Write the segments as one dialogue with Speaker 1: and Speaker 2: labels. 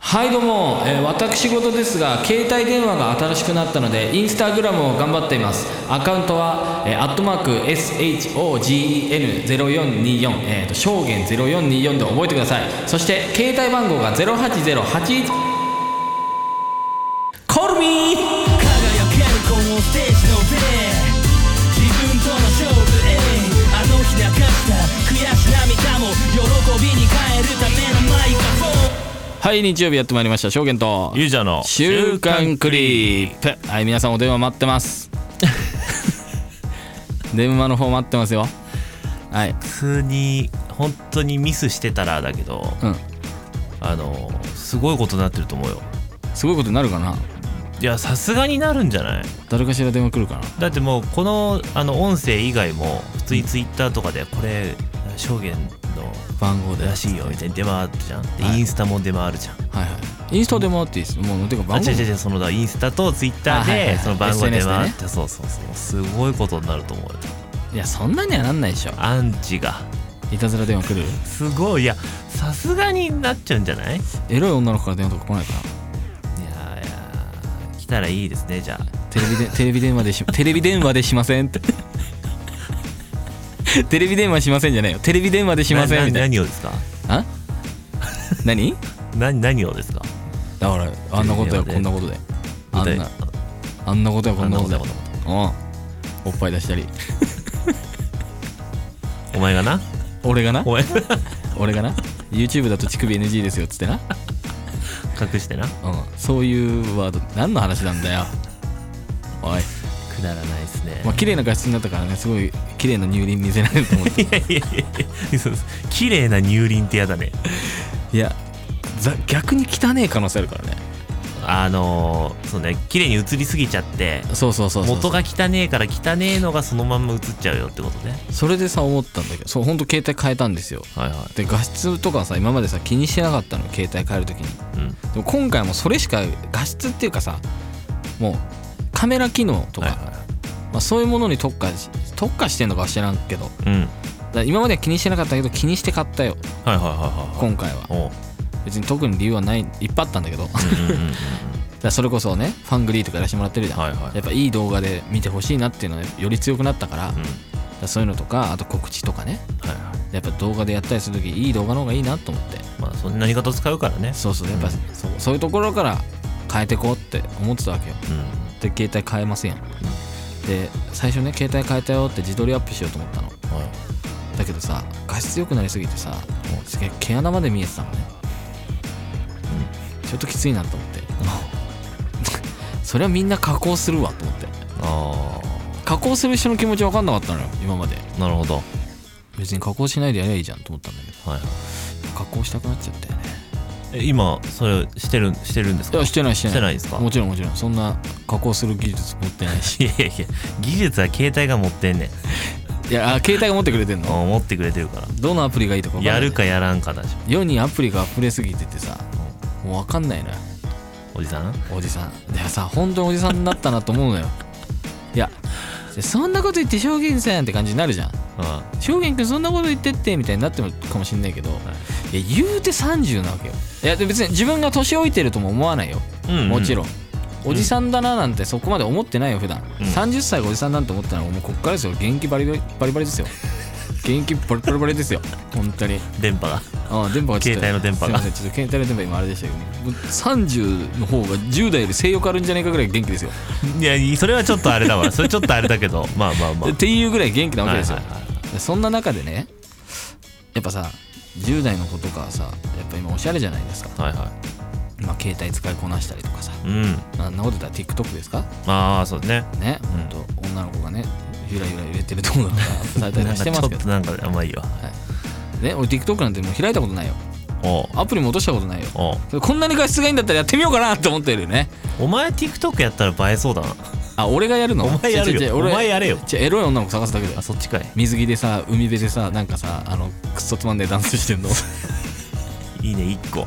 Speaker 1: はいどうも、えー私事ですが携帯電話が新しくなったのでインスタグラムを頑張っていますアカウントは、えーアットマーク SHOGEN0424、えーと、証言0424で覚えてくださいそして携帯番号が08081コールミー
Speaker 2: 輝けるこのステージの上自分との勝負へあの日泣かした悔し涙も喜びに変えるためのマイクロフォン
Speaker 1: はい日曜日やってまいりました証言と
Speaker 3: ゆうちゃんの
Speaker 1: 週刊クリップはい皆さんお電話待ってます電話の方待ってますよはい
Speaker 3: 普通に本当にミスしてたらだけど
Speaker 1: うん
Speaker 3: あのすごいことになってると思うよ
Speaker 1: すごいことになるかない
Speaker 3: やさすがになるんじゃない
Speaker 1: 誰かしら電話来るかな
Speaker 3: だってもうこのあの音声以外も普通にツイッターとかでこれ証言の
Speaker 1: 番号で
Speaker 3: らしいよみたいに出回るじゃんで、
Speaker 1: はい
Speaker 3: インスタも出回るじゃん
Speaker 1: はいはいインスタでもあっていいですもうてか
Speaker 3: あ
Speaker 1: 番号
Speaker 3: 違う違う違うそのだインスタとツイッタ
Speaker 1: あ
Speaker 3: ー
Speaker 1: はいはいはい
Speaker 3: でその番号が出
Speaker 1: SNS でね
Speaker 3: 回って、そうそうそうすごいことになると思うよ
Speaker 1: いやそんなにはなんないでしょ
Speaker 3: アンチが
Speaker 1: いたずら電話来る
Speaker 3: すごいいやさすがになっちゃうんじゃないい
Speaker 1: エロい女の子から電話とか来ないかな
Speaker 3: やいや来たらいいですねじゃあ
Speaker 1: テレビで テレビ電話でしテレビ電話でしません ってテレビ電話しませんじゃないよテレビ電話でしませんみたい
Speaker 3: な何をですか
Speaker 1: な あ何
Speaker 3: 何何をですか
Speaker 1: だからあんなことやこんなことであんなあんなことやこんなことで
Speaker 3: あんなこ
Speaker 1: うんおっぱい出したり
Speaker 3: お前がな
Speaker 1: 俺がな
Speaker 3: お前
Speaker 1: 俺がな YouTube だと乳首 NG ですよっつってな、
Speaker 3: 隠してなく
Speaker 1: うん、そういうワード何の話なんだよおい
Speaker 3: だらないですね
Speaker 1: まあ綺麗な画質になったからねすごい綺麗な乳輪見せられると思って
Speaker 3: いやいやいやいやそうそう綺麗な乳輪ってやだね
Speaker 1: いやざ逆に汚ねえ可能性あるからね
Speaker 3: あのーそうね綺麗に映りすぎちゃって
Speaker 1: そうそうそうそう
Speaker 3: 元が汚ねえから汚ねえのがそのまんま映っちゃうよってことね
Speaker 1: それでさ思ったんだけどそうほんと携帯変えたんですよ
Speaker 3: はいは
Speaker 1: で画質とかさ今までさ気にしてなかったの携帯変える時に
Speaker 3: い、うん、
Speaker 1: でも今回もそれしか画質っていうかさもうカメラ機能とか、
Speaker 3: はいは
Speaker 1: まあ、そういうものに特化し特化してんのかは知らんけど
Speaker 3: いうん
Speaker 1: だから今までは気にしてなかったけど気にして買ったよ
Speaker 3: はいはいはいはいはい
Speaker 1: 今回は
Speaker 3: おう
Speaker 1: 別に特に理由はないいっぱいあったんだけど だか
Speaker 3: うんうんうんうん
Speaker 1: らそれこそねファングリーとかやらせてもらってるじゃん、
Speaker 3: はいはい
Speaker 1: やっぱいい動画で見てほしいなっていうのはより強くなったから,、
Speaker 3: うん
Speaker 1: そういうのとかあと告知とかね
Speaker 3: はいは
Speaker 1: やっぱ動画でやったりする時いい動画の方がいいなと思って
Speaker 3: いまあそんな言い方使うからね
Speaker 1: そうそうやっぱ、
Speaker 3: うん
Speaker 1: そうそういうところから変えてこうって思ってたわけよ
Speaker 3: うん
Speaker 1: で携帯変えませんやん、で最初ね携帯変えたよって自撮りアップしようと思ったの
Speaker 3: はい
Speaker 1: だけどさ画質良くなりすぎてさもうすげえ毛穴まで見えてたのね、ちょっときついなと思って それはみんな加工するわと思って
Speaker 3: あ
Speaker 1: 加工する人の気持ち分かんなかったのよ今まで
Speaker 3: あなるほど
Speaker 1: 別に加工しないでやりゃいいじゃんと思ったんだけど
Speaker 3: はいはい
Speaker 1: 加工したくなっちゃったよね
Speaker 3: え今それしてるしてるんです
Speaker 1: い
Speaker 3: か
Speaker 1: やしてないしてない
Speaker 3: してないですか
Speaker 1: もちろんもちろんそんな加工する技術持ってない し
Speaker 3: いやいやいや技術は携帯が持ってんねん
Speaker 1: いやあ携帯が持ってくれてん
Speaker 3: あ
Speaker 1: の
Speaker 3: 持ってくれてるから
Speaker 1: どのアプリがいいとか分かんな
Speaker 3: や
Speaker 1: い
Speaker 3: るかやらんかだし
Speaker 1: 世にアプリが溢れすぎててさもう分かんないのよ
Speaker 3: おじさん
Speaker 1: おじさんでさ本当におじさんになったなと思うのよいやそんなこと言って証言さんって感じになるじゃん
Speaker 3: うん
Speaker 1: 証言くんそんなこと言ってってみたいになってもかもしんないけど、い、や言うて30なわけよいやで別に自分が年老いてるとも思わないよ、
Speaker 3: うんうん
Speaker 1: もちろんおじさんだななんてそこまで思ってないよ普段、
Speaker 3: うん
Speaker 1: 30歳がおじさんなんて思ったらもうこっからですよ元気バリバリバリバリですよ元気バリバリバリですよ本当に
Speaker 3: 電波が
Speaker 1: あ電波がちょっと
Speaker 3: 携帯の電波が
Speaker 1: すいませんちょっと携帯の電波今あれでしたけどもう30の方が10代より性欲あるんじゃないかぐらい元気ですよ、
Speaker 3: いやそれはちょっとあれ だわそれちょっとあれだけどまあまあま
Speaker 1: っていうぐらい元気な
Speaker 3: あ
Speaker 1: わ
Speaker 3: は
Speaker 1: け
Speaker 3: い
Speaker 1: ですよ、
Speaker 3: はいはい
Speaker 1: でそんな中でねやっぱさ10代の子とかはさやっぱ今おしゃれじゃないですか、
Speaker 3: はいは
Speaker 1: まあ、携帯使いこなしたりとかさ
Speaker 3: いうん
Speaker 1: あんなこと言ったら TikTok ですか
Speaker 3: ああそうね
Speaker 1: ね、
Speaker 3: う
Speaker 1: ほん
Speaker 3: ん
Speaker 1: と、本当女の子がねゆらゆら揺れてる動画がアップされたりとか
Speaker 3: なんか
Speaker 1: し
Speaker 3: ち
Speaker 1: てま
Speaker 3: ょ
Speaker 1: す
Speaker 3: っ
Speaker 1: け ど
Speaker 3: となんか甘いいわ
Speaker 1: ね俺 TikTok なんてもう開いたことないよ
Speaker 3: おう
Speaker 1: アプリも落としたことないよ
Speaker 3: おう
Speaker 1: こんなに画質がいいんだったらやってみようかなと思ってるよね
Speaker 3: お前 TikTok やったら映えそうだな
Speaker 1: あ俺がやるの
Speaker 3: お前やるよ
Speaker 1: 違う違う違う
Speaker 3: お
Speaker 1: 俺
Speaker 3: 前やれよ
Speaker 1: 違うエロい女の子探すだけだよ
Speaker 3: あそっちかい
Speaker 1: 水着でさ海辺でさなんかさあのクソつまんねえダンスしてんの
Speaker 3: いいね一個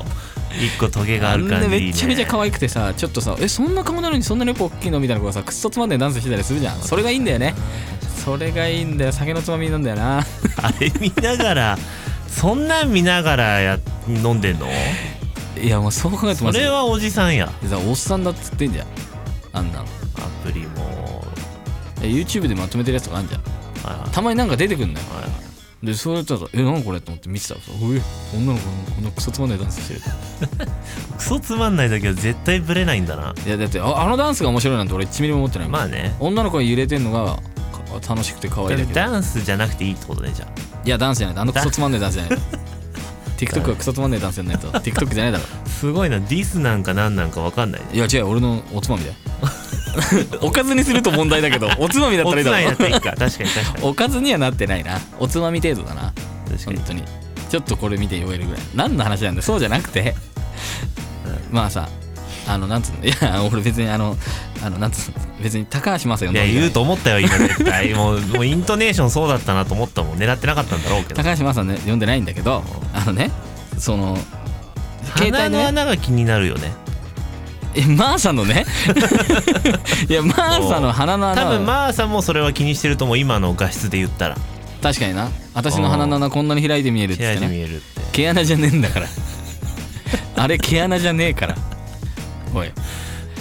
Speaker 3: 一個トゲ がある感
Speaker 1: ん
Speaker 3: じ
Speaker 1: ない
Speaker 3: いね
Speaker 1: めちゃめちゃ可愛くてさちょっとさえそんな顔なのにそんなによく大きいのみたいな子がさクソつまんねえダンスしてたりするじゃんそれがいいんだよねそれがいいんだよ酒のつまみなんだよな
Speaker 3: あれ見ながらそんなん見ながらや飲んでんの
Speaker 1: いやもうそう考えて
Speaker 3: そ
Speaker 1: ます
Speaker 3: れはおじさんや
Speaker 1: おっさんだっつってんじゃんあんなの
Speaker 3: アプリも
Speaker 1: え YouTube でまとめてるやつとかあんじゃん
Speaker 3: はいはい
Speaker 1: たまになんか出てくんのよ
Speaker 3: はい
Speaker 1: でそれちょっとえ何これと思って見てたらさ「おい女の子のこのクソつまんないダンスしてる」
Speaker 3: クソつまんないだけど絶対ブレないんだない
Speaker 1: やだってああのダンスが面白いなんて俺1ミリも思ってないもん、
Speaker 3: まあね
Speaker 1: 女の子が揺れてんのがか楽しくて可愛いだけど
Speaker 3: ダンスじゃなくていいってことねじゃあ
Speaker 1: いやダンスじゃないあのクソつまんないダンスじゃない TikTok はクソつまんないダンスじゃないと TikTok じゃ ないだろ
Speaker 3: すごいなディスなんかなんなんかわかんないね
Speaker 1: いや違う俺のおつまみだよ おかずにすると問題だけ どおつまみだった
Speaker 3: お
Speaker 1: らい
Speaker 3: つ
Speaker 1: いだ
Speaker 3: まみだ
Speaker 1: ろ
Speaker 3: ったらいいか確かに確かに
Speaker 1: おかずにはなってないなおつまみ程度だな
Speaker 3: 確か
Speaker 1: 本
Speaker 3: に
Speaker 1: 当にちょっとこれ見て酔えるぐらい何の話なんだそうじゃなくてまあさあのなんつうのいや俺別にあのあのなんつうの別に高橋正
Speaker 3: い
Speaker 1: 義
Speaker 3: や
Speaker 1: の
Speaker 3: 言うと思ったよ今絶対もうもうイントネーションそうだったなと思ったもん狙ってなかったんだろうけど
Speaker 1: 高橋正義ね読んでないんだけどあのねその 携帯
Speaker 3: 鼻の
Speaker 1: ね
Speaker 3: 穴が気になるよね
Speaker 1: えマーサのねいやマーサの鼻の穴
Speaker 3: 多
Speaker 1: は
Speaker 3: 分マーさんもそれは気にしてると思う今の画質で言ったら
Speaker 1: 確かにな私の鼻の穴こんなに開いて見えるっつっ
Speaker 3: 手
Speaker 1: て
Speaker 3: 足
Speaker 1: ね
Speaker 3: 見えるって
Speaker 1: 毛穴じゃねえんだからあれ毛穴じゃねえからおい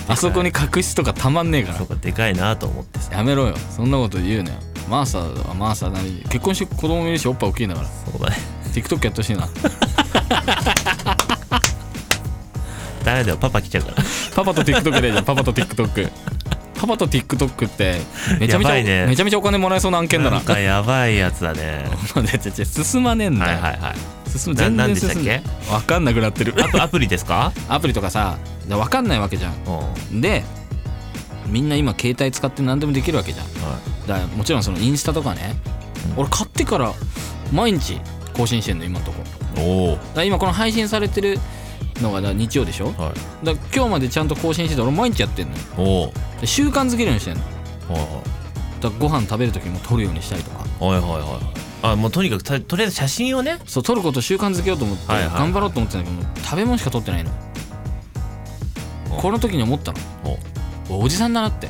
Speaker 1: あそこに角質とかたまんねえか
Speaker 3: そうかでかいなと思ってさ
Speaker 1: らやめろよそんなこと言うなよマーサーはマーサーなりに結婚して子供もいるしおっぱい大きいんだから
Speaker 3: そう だね
Speaker 1: TikTok やってほしいな
Speaker 3: ダメだよパパ来ちゃうから
Speaker 1: パパと TikTok でじゃんパパと TikTok パパと TikTok ってめちゃめち
Speaker 3: やば
Speaker 1: ゃ、
Speaker 3: いね
Speaker 1: めちゃめちゃお金もらえそうな案件だな
Speaker 3: な んかやばいやつだね
Speaker 1: まあ違う違う進まねえんだ
Speaker 3: はい
Speaker 1: よ、
Speaker 3: はいはい
Speaker 1: 進む
Speaker 3: な
Speaker 1: 全
Speaker 3: な
Speaker 1: 然
Speaker 3: んでしたっ
Speaker 1: 進んで
Speaker 3: け
Speaker 1: 分かんなくなって る
Speaker 3: アプアプリですか
Speaker 1: アプリとかさ分かんないわけじゃん
Speaker 3: うん、は
Speaker 1: でみんな今携帯使って何でもできるわけじゃんだからもちろんそのインスタとかね、
Speaker 3: うん
Speaker 1: 俺買ってから毎日更新してんの今のとこだか
Speaker 3: い、おお
Speaker 1: ら今この配信されてるのがだから日曜でしょ
Speaker 3: はい
Speaker 1: だから今日までちゃんと更新してて俺毎日やってんのよ
Speaker 3: おお
Speaker 1: で習慣づけるようにしてんのだか
Speaker 3: は
Speaker 1: らご飯食べる時も撮るようにしたりとか
Speaker 3: いはいはいはいあもうとにかくととりあえず写真をね
Speaker 1: そう撮ることを習慣づけようと思って
Speaker 3: はいはい
Speaker 1: 頑張ろうと思ってたんだけど、もう食べ物しか撮ってないの
Speaker 3: お
Speaker 1: この時に思ったの
Speaker 3: お
Speaker 1: おじさんだなって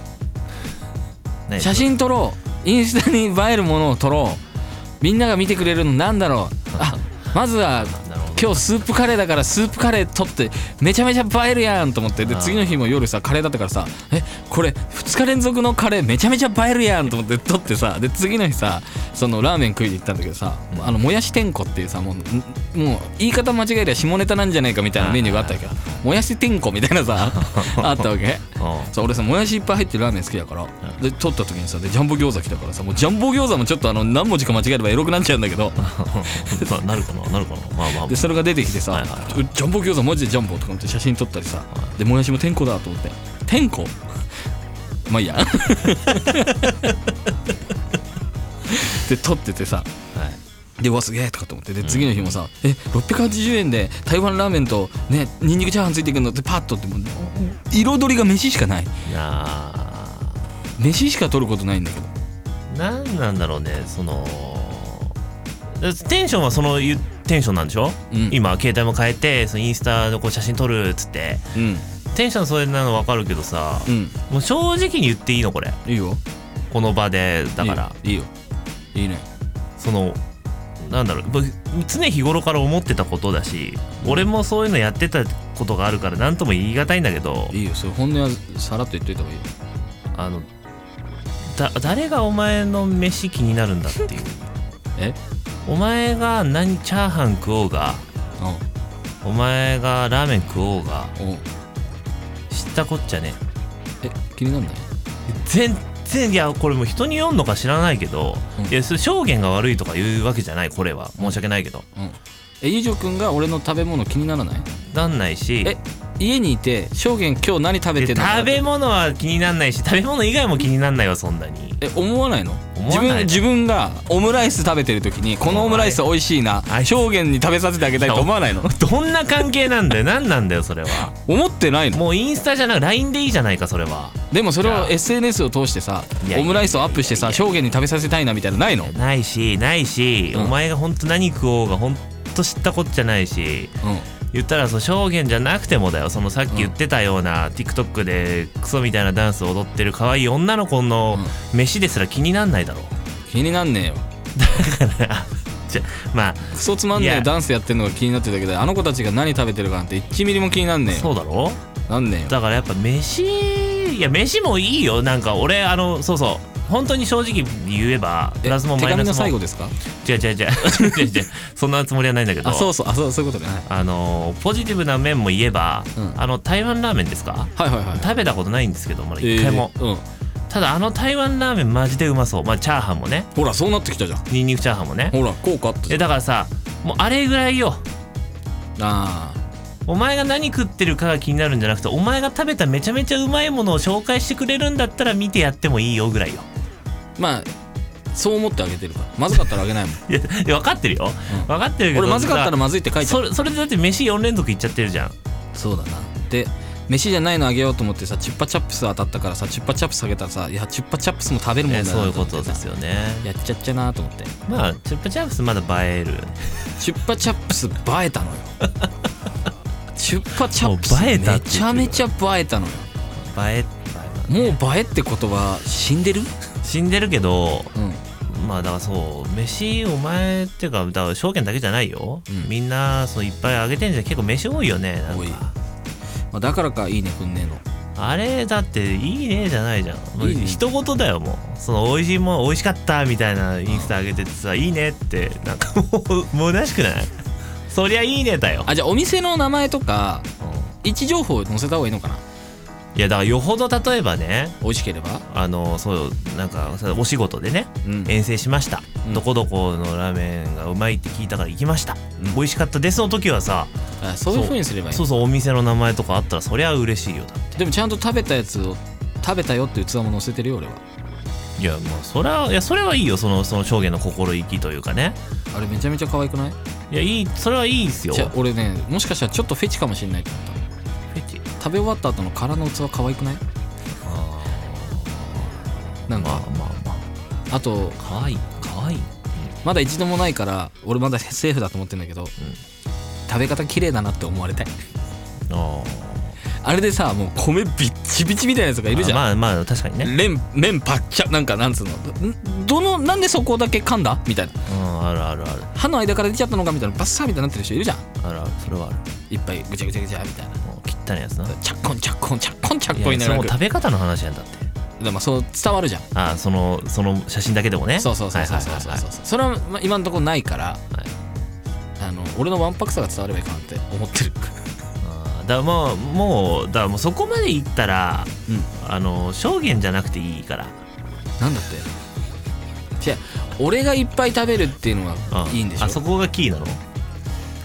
Speaker 3: ね
Speaker 1: 写真撮ろうインスタに映えるものを撮ろうみんなが見てくれるのなんだろうあまずは
Speaker 3: なるほど
Speaker 1: 今日スープカレーだからスープカレー取ってめちゃめちゃ映えるやんと思ってで
Speaker 3: あー
Speaker 1: 次の日も夜さカレーだったからさえこれ2日連続のカレーめちゃめちゃ映えるやんと思って取ってさで次の日さそのラーメン食いに行ったんだけどさあのもやし天子っていうさもうんもう言い方間違えりゃ下ネタなんじゃないかみたいなメニューがあったわけどもやし天子みたいな さあったわけ
Speaker 3: う
Speaker 1: そう俺さもやしいっぱい入ってるラーメン好きだから、
Speaker 3: ん
Speaker 1: で取った時にさでジャンボ餃子来たからさもうジャンボ餃子もちょっとあの何文字か間違えればエロくなっちゃうんだけど
Speaker 3: んまあ なるかななるかなまあまあ
Speaker 1: でそれが出てきてさ、
Speaker 3: はいはいは
Speaker 1: ジャンボ餃子マジでジャンボとか思って写真撮ったりさ、でもやしも天子だと思って天子 まあいいや で撮っててさ
Speaker 3: はい
Speaker 1: でうわすげえとかと思ってで次の日もさ、え680円で台湾ラーメンとねニンニクチャーハンついてくるのってパッとってもう彩りが飯しかない
Speaker 3: いや
Speaker 1: 飯しか撮ることないんだけど
Speaker 3: ーなんなんだろうねそのテンションはそのゆテンションなんでしょ、
Speaker 1: うん
Speaker 3: 今携帯も変えてそのインスタでこう写真撮るっつって
Speaker 1: うん
Speaker 3: テンションそれなの分かるけどさ、
Speaker 1: うん
Speaker 3: もう正直に言っていいのこれ
Speaker 1: いいよ
Speaker 3: この場でだから
Speaker 1: いいよいいよいいね
Speaker 3: そのなんだろう僕常日頃から思ってたことだし俺もそういうのやってたことがあるから何とも言い難いんだけど
Speaker 1: いいよそれ本音はさらっと言っといた方がいいよ
Speaker 3: あのだ誰がお前の飯気になるん だっていう
Speaker 1: え
Speaker 3: お前が何チャーハン食おうがお前がラーメン食おうが
Speaker 1: うんお
Speaker 3: 知ったこっちゃね
Speaker 1: え気になんない
Speaker 3: 全然いやこれもう人によんのか知らないけど、
Speaker 1: うん
Speaker 3: いやそれ証言が悪いとか言うわけじゃないこれは申し訳ないけど
Speaker 1: うんえゆうじょうくんが俺の食べ物気にならない
Speaker 3: なんないし
Speaker 1: え家にいて証言今日何食べて
Speaker 3: で
Speaker 1: んの
Speaker 3: 食べ物は気になんないし食べ物以外も気になんないわそんなに
Speaker 1: え思わないの
Speaker 3: 思
Speaker 1: 自
Speaker 3: わない
Speaker 1: 分
Speaker 3: ね
Speaker 1: 自分がオムライス食べてる時にこのオムライス美味しいな
Speaker 3: あい
Speaker 1: 証言に食べさせてあげたいと思わないの
Speaker 3: どんな関係なんだよ何なんだよそれは
Speaker 1: 思ってないの
Speaker 3: もうインスタじゃなく LINE でいいじゃないかそれは
Speaker 1: でもそれ
Speaker 3: じゃ
Speaker 1: を
Speaker 3: あ
Speaker 1: SNS を通してさ
Speaker 3: いや
Speaker 1: オムライスをアップして
Speaker 3: いや
Speaker 1: さ
Speaker 3: いやいや
Speaker 1: 証言に食べさせたいなみたいなのないのうん
Speaker 3: ないしないし、
Speaker 1: うん
Speaker 3: お前が本当何食おうが本当知ったこっちゃないし言ったらその証言じゃなくてもだよそのさっき言ってたような、TikTok でクソみたいなダンスを踊ってる可愛い女の子の飯ですら気になんないだろう
Speaker 1: 気になんねえよ
Speaker 3: ちゃまあ
Speaker 1: クソつまんね
Speaker 3: い
Speaker 1: え
Speaker 3: や
Speaker 1: ダンスやってるのが気になってたけどあの子たちが何食べてるかなんて1ミリも気になんねえよ
Speaker 3: そうだろ
Speaker 1: なんねえよ
Speaker 3: だからやっぱ飯いや飯もいいよなんか俺あのそうそう本当に正直言えばプ
Speaker 1: え
Speaker 3: ラスも
Speaker 1: 手
Speaker 3: マイ
Speaker 1: 紙
Speaker 3: ナ
Speaker 1: の
Speaker 3: スも
Speaker 1: 最後ですか
Speaker 3: 違う違う違う違う 違うそんなつもりはないんだけど
Speaker 1: あそうそうあそうそういうことね
Speaker 3: あのポジティブな面も言えば、
Speaker 1: うん
Speaker 3: あの台湾ラーメンですか
Speaker 1: はいはいはい
Speaker 3: 食べたことないんですけどまだ
Speaker 1: えー
Speaker 3: 一回も、
Speaker 1: うん
Speaker 3: ただあの台湾ラーメンマジでうまそうまあチャーハンもね
Speaker 1: ほらそうなってきたじゃん
Speaker 3: ニンニクチャーハンもね
Speaker 1: ほら効果あったじ
Speaker 3: え
Speaker 1: ゃん
Speaker 3: だからさもうあれぐらいよ
Speaker 1: あー
Speaker 3: お前が何食ってるかが気になるんじゃなくてお前が食べためちゃめちゃうまいものを紹介してくれるんだったら見てやってもいいよぐらいよ
Speaker 1: まあそう思ってあげてるからまずかったらあげないもん
Speaker 3: いやいや分かってるよ、分かってるけど
Speaker 1: 俺まずかったら
Speaker 3: さ
Speaker 1: まずいって書いてあ
Speaker 3: そ
Speaker 1: る
Speaker 3: れそれでだって飯4連続いっちゃってるじゃん
Speaker 1: そうだなで飯じゃないのあげようと思ってさチュッパチャップス当たったからさチュッパチャップスあげたらさいやチュッパチャップスも食べるもん
Speaker 3: え
Speaker 1: だな
Speaker 3: そういうことと
Speaker 1: 思って
Speaker 3: で
Speaker 1: さ
Speaker 3: すよね
Speaker 1: やっちゃっちゃなと思って
Speaker 3: まあチュッパチャプスまだ映えるよね
Speaker 1: チュッパチャップス映え たのよチュッパチャップス
Speaker 3: もう映えた
Speaker 1: め
Speaker 3: って言って
Speaker 1: ち
Speaker 3: る
Speaker 1: ゃめちゃ映えたのよ
Speaker 3: 映え
Speaker 1: もう映えって言葉死んでる
Speaker 3: 死んでるけど
Speaker 1: うん
Speaker 3: まあだからそう飯お前っていうかだから証券だけじゃないよ、
Speaker 1: うん
Speaker 3: みんなそういっぱいあげてんじゃん結構飯多いよねなん
Speaker 1: 多い
Speaker 3: か
Speaker 1: まあだからかいいねくんねえの
Speaker 3: あれだっていいねじゃないじゃんもう
Speaker 1: いいね
Speaker 3: 人事だよもうその美味しいもん美味しかったみたいなインスタ上げててさいいねってなんかもう虚しくない そりゃいいねだよ、
Speaker 1: あじゃあお店の名前とか
Speaker 3: うん
Speaker 1: 位置情報載せた方がいいのかない
Speaker 3: やだからよほど例えばね
Speaker 1: 美味しければ
Speaker 3: あのそうよなんかさお仕事でね
Speaker 1: うん
Speaker 3: 遠征しました、
Speaker 1: うん
Speaker 3: どこどこのラーメンがうまいって聞いたから行きました、
Speaker 1: うん
Speaker 3: 美味しかったですの時はさ
Speaker 1: あそういう風にすればいい
Speaker 3: そうそうお店の名前とかあったらそりゃ嬉しいよだって
Speaker 1: でもちゃんと食べたやつを食べたよって器も載せてるよ俺はい
Speaker 3: やまあそれはいやそれはいいよそのその証言の心意気というかね
Speaker 1: あれめちゃめちゃ可愛くない
Speaker 3: いやいいそれはいいですよ
Speaker 1: じゃあ俺ねもしかしたらちょっとフェチかもしれないと思った
Speaker 3: フェチ
Speaker 1: 食べ終わった後の空の器可愛くない
Speaker 3: あ
Speaker 1: なん
Speaker 3: ーまあ
Speaker 1: か
Speaker 3: まあま
Speaker 1: あと
Speaker 3: あかわいいかわいい
Speaker 1: まだ一度もないから俺まだセーフだと思ってんだけど、食べ方綺麗だなって思われたい
Speaker 3: あ
Speaker 1: あれでさもう米ビッチビチみたいなやつがい
Speaker 3: い
Speaker 1: るじゃん、
Speaker 3: まあまあ確かにね
Speaker 1: 麺麺パッチャなんかなんつうのんどのなんでそこだけ噛んだみたいな
Speaker 3: うんあるあるある
Speaker 1: 歯の間から出ちゃったのかみたいなバッサーみたいになってる人いるじゃん
Speaker 3: あるあるそれはある
Speaker 1: いっぱいぐちゃぐちゃぐちゃみたいな
Speaker 3: もう汚いやつな
Speaker 1: チャッコンチャッコンチャッコンチャッコン
Speaker 3: い
Speaker 1: に
Speaker 3: や
Speaker 1: な
Speaker 3: そ
Speaker 1: る
Speaker 3: れ
Speaker 1: わ
Speaker 3: もう
Speaker 1: け
Speaker 3: 食べ方の話やんだって
Speaker 1: でもそう伝わるじゃん
Speaker 3: あーそのその写真だけでもね
Speaker 1: そうそうそうそうそう
Speaker 3: はいはい
Speaker 1: そう
Speaker 3: はい
Speaker 1: そ
Speaker 3: はいう
Speaker 1: それはまあ今のところないから、
Speaker 3: はい
Speaker 1: あの俺のわんぱくさが伝わればいいかなって思って る
Speaker 3: あーだからもうもうだからもうそこまでいったら、
Speaker 1: うん
Speaker 3: あの証言じゃなくていいから
Speaker 1: なんだってじゃ俺がいっぱい食べるっていうのは
Speaker 3: う
Speaker 1: いいんでしょ
Speaker 3: あそこがキーなの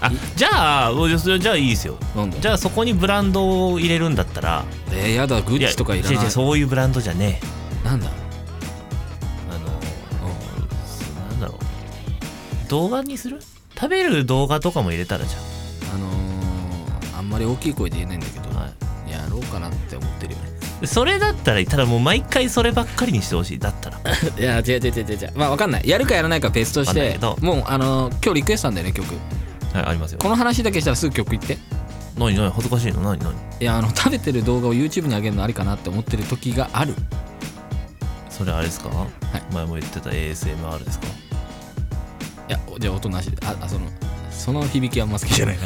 Speaker 3: あじゃあもうじゃじゃあいいですよ
Speaker 1: なんで
Speaker 3: じゃあそこにブランドを入れるんだったら
Speaker 1: えー、やだグ
Speaker 3: い
Speaker 1: ッチとかいらない
Speaker 3: 違う違うそういうブランドじゃねえ
Speaker 1: なんだ
Speaker 3: あの、うんなんだろう動画にする食べる動画とかも入れたらじ
Speaker 1: あのー、あんまり大きい声で言えないんだけ
Speaker 3: ゃ
Speaker 1: ど、
Speaker 3: ん、は
Speaker 1: やろうかなって思ってるよね
Speaker 3: い、それだったらただもう毎回そればっかりにしてほしいだったら
Speaker 1: いや違う違う違う違うまあわかんないやるかやらないか別とし
Speaker 3: わ
Speaker 1: て
Speaker 3: かんないけ
Speaker 1: もうあのー今日リクエストなんだよね曲
Speaker 3: はいありますよ
Speaker 1: この話だけしたらすぐ曲言って
Speaker 3: 何何恥ずかしいの何何
Speaker 1: いやあの 食べてる動画を YouTube に上げるのありかなって思ってる時がある
Speaker 3: それあれですか、
Speaker 1: い
Speaker 3: 前も言ってた ASMR ですか
Speaker 1: いやじゃあ音なしでああそのその響きはあんま好きじゃないな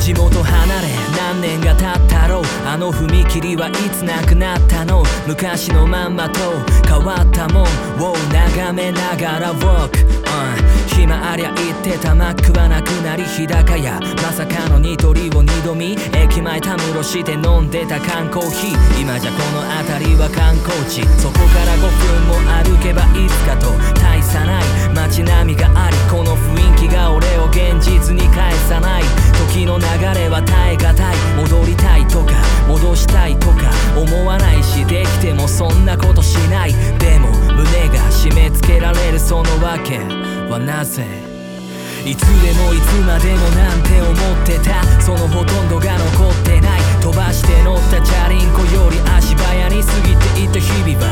Speaker 2: 地元離れ何年が経ったろうあの踏切はいつなくなったの昔のまんまと変わったもんを眺めながら walk、うん暇ありゃ言ってたマックはなくなり日高屋まさかのニトリを二度見駅前たむろして飲んでた缶コーヒー今じゃこの辺りは観光地そこから5分も歩けばいつかと大差ない街並みがありこの雰囲気が俺を現実に返さない時の流れは耐え難い戻りたいとか戻したいとか思わないしできてもそんなことしないでも胸が締め付けられるそのわけはなぜいつでもいつまでもなんて思ってたそのほとんどが残ってない飛ばして乗ったチャリンコより足早に過ぎていった日々は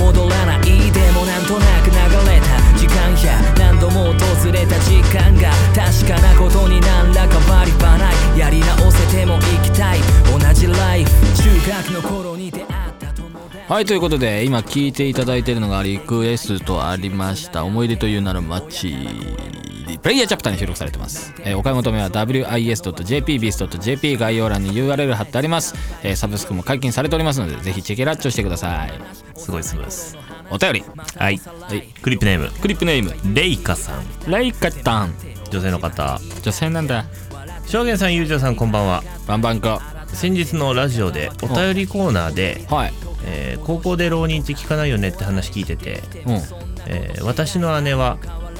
Speaker 2: 戻らないでもなんとなく流れた時間や何度も訪れた時間が確かなことに何ら変わりはないやり直せても生きたい同じライフ中学の頃に出会った友達
Speaker 1: はいということで今聴いていただいているのがリクエストありました「思い出という名の街」プレイヤーチャプターに収録されてます、えーお買い求めは wis.jpbeast.jp 概要欄に URL 貼ってあります、えーサブスクも解禁されておりますのでぜひチェケラッチョしてください
Speaker 3: すごいすごいです
Speaker 1: お便り
Speaker 3: はい、
Speaker 1: い
Speaker 3: クリップネーム
Speaker 1: クリップネーム
Speaker 3: レイカさん
Speaker 1: レイカタン
Speaker 3: 女性の方
Speaker 1: 女性なんだ
Speaker 3: 証言さんゆうじょうさんこんばんは
Speaker 1: バンバンか
Speaker 3: 先日のラジオでお便りコーナーで、
Speaker 1: はい
Speaker 3: えー高校で浪人って聞かないよねって話聞いてて、
Speaker 1: うん
Speaker 3: えー私の姉は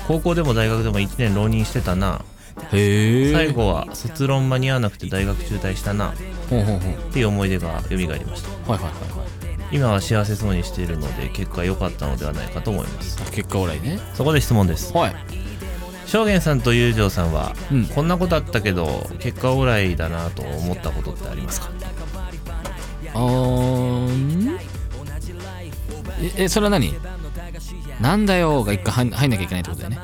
Speaker 3: 高校でも大学でも1年浪人してたな
Speaker 1: へえ
Speaker 3: 最後は卒論間に合わなくて大学中退したなっ
Speaker 1: ほうほうほう
Speaker 3: ていう思い出が蘇りました
Speaker 1: はいはいはいはい
Speaker 3: 今は幸せそうにしているので結果良かったのではないかと思います
Speaker 1: あ結果オーライね
Speaker 3: そこで質問です
Speaker 1: はい
Speaker 3: 証言さんと友情さんは、
Speaker 1: うん
Speaker 3: こんなことあったけど結果オーライだなと思ったことってありますか
Speaker 1: あーんええそれは何なんだよが一回入ん入んなきゃいけないってことだよね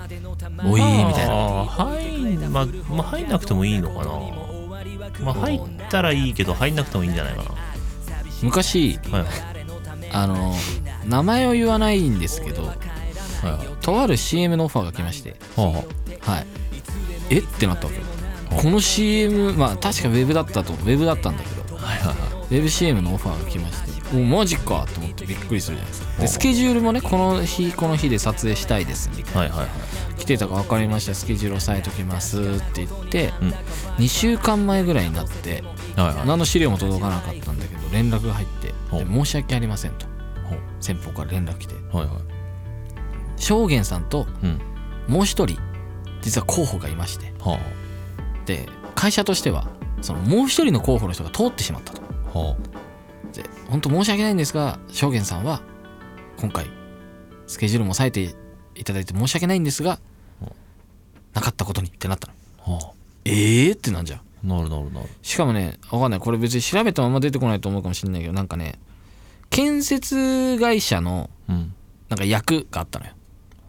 Speaker 1: おいーみたいな
Speaker 3: あー入んまあまあ入んなくてもいいのかなまあ入ったらいいけど入んなくてもいいんじゃないか
Speaker 1: 昔
Speaker 3: なはい
Speaker 1: あの名前を言わないんですけど
Speaker 3: はいはい
Speaker 1: とある CM のオファーが来まして
Speaker 3: は
Speaker 1: はいえってなったわけよこの CM まあ確かウェブだったとウェブだったんだけど
Speaker 3: あはいはいはい
Speaker 1: ウェブ CM のオファーが来ましておマジかと思ってびっくりするじゃないですかでスケジュールもねこの日この日で撮影したいですみたいな
Speaker 3: はいはいはい
Speaker 1: 来てたか分かりましたスケジュール押さえときますって言って、
Speaker 3: うん
Speaker 1: 2週間前ぐらいになって
Speaker 3: はいはい
Speaker 1: 何の資料も届かなかったんだけど連絡が入って
Speaker 3: ほう
Speaker 1: で申し訳ありませんと
Speaker 3: ほう
Speaker 1: 先方から連絡来て
Speaker 3: はいはい
Speaker 1: 証言さんと
Speaker 3: うん
Speaker 1: もう一人実は候補がいまして
Speaker 3: は
Speaker 1: で会社としてはそのもう一人の候補の人が通ってしまったと
Speaker 3: あは
Speaker 1: で本当申し訳ないんですが証言さんは今回スケジュールも押さえていただいて申し訳ないんですが
Speaker 3: ほ
Speaker 1: なかったことにってなったの
Speaker 3: あは
Speaker 1: ええー、ってなんじゃん
Speaker 3: あなるなるなる
Speaker 1: しかもね、わかんない。これ別に調べたまま出てこないと思うかもしれないけど、なんかね、建設会社の、
Speaker 3: うん
Speaker 1: なんか役があったのよ。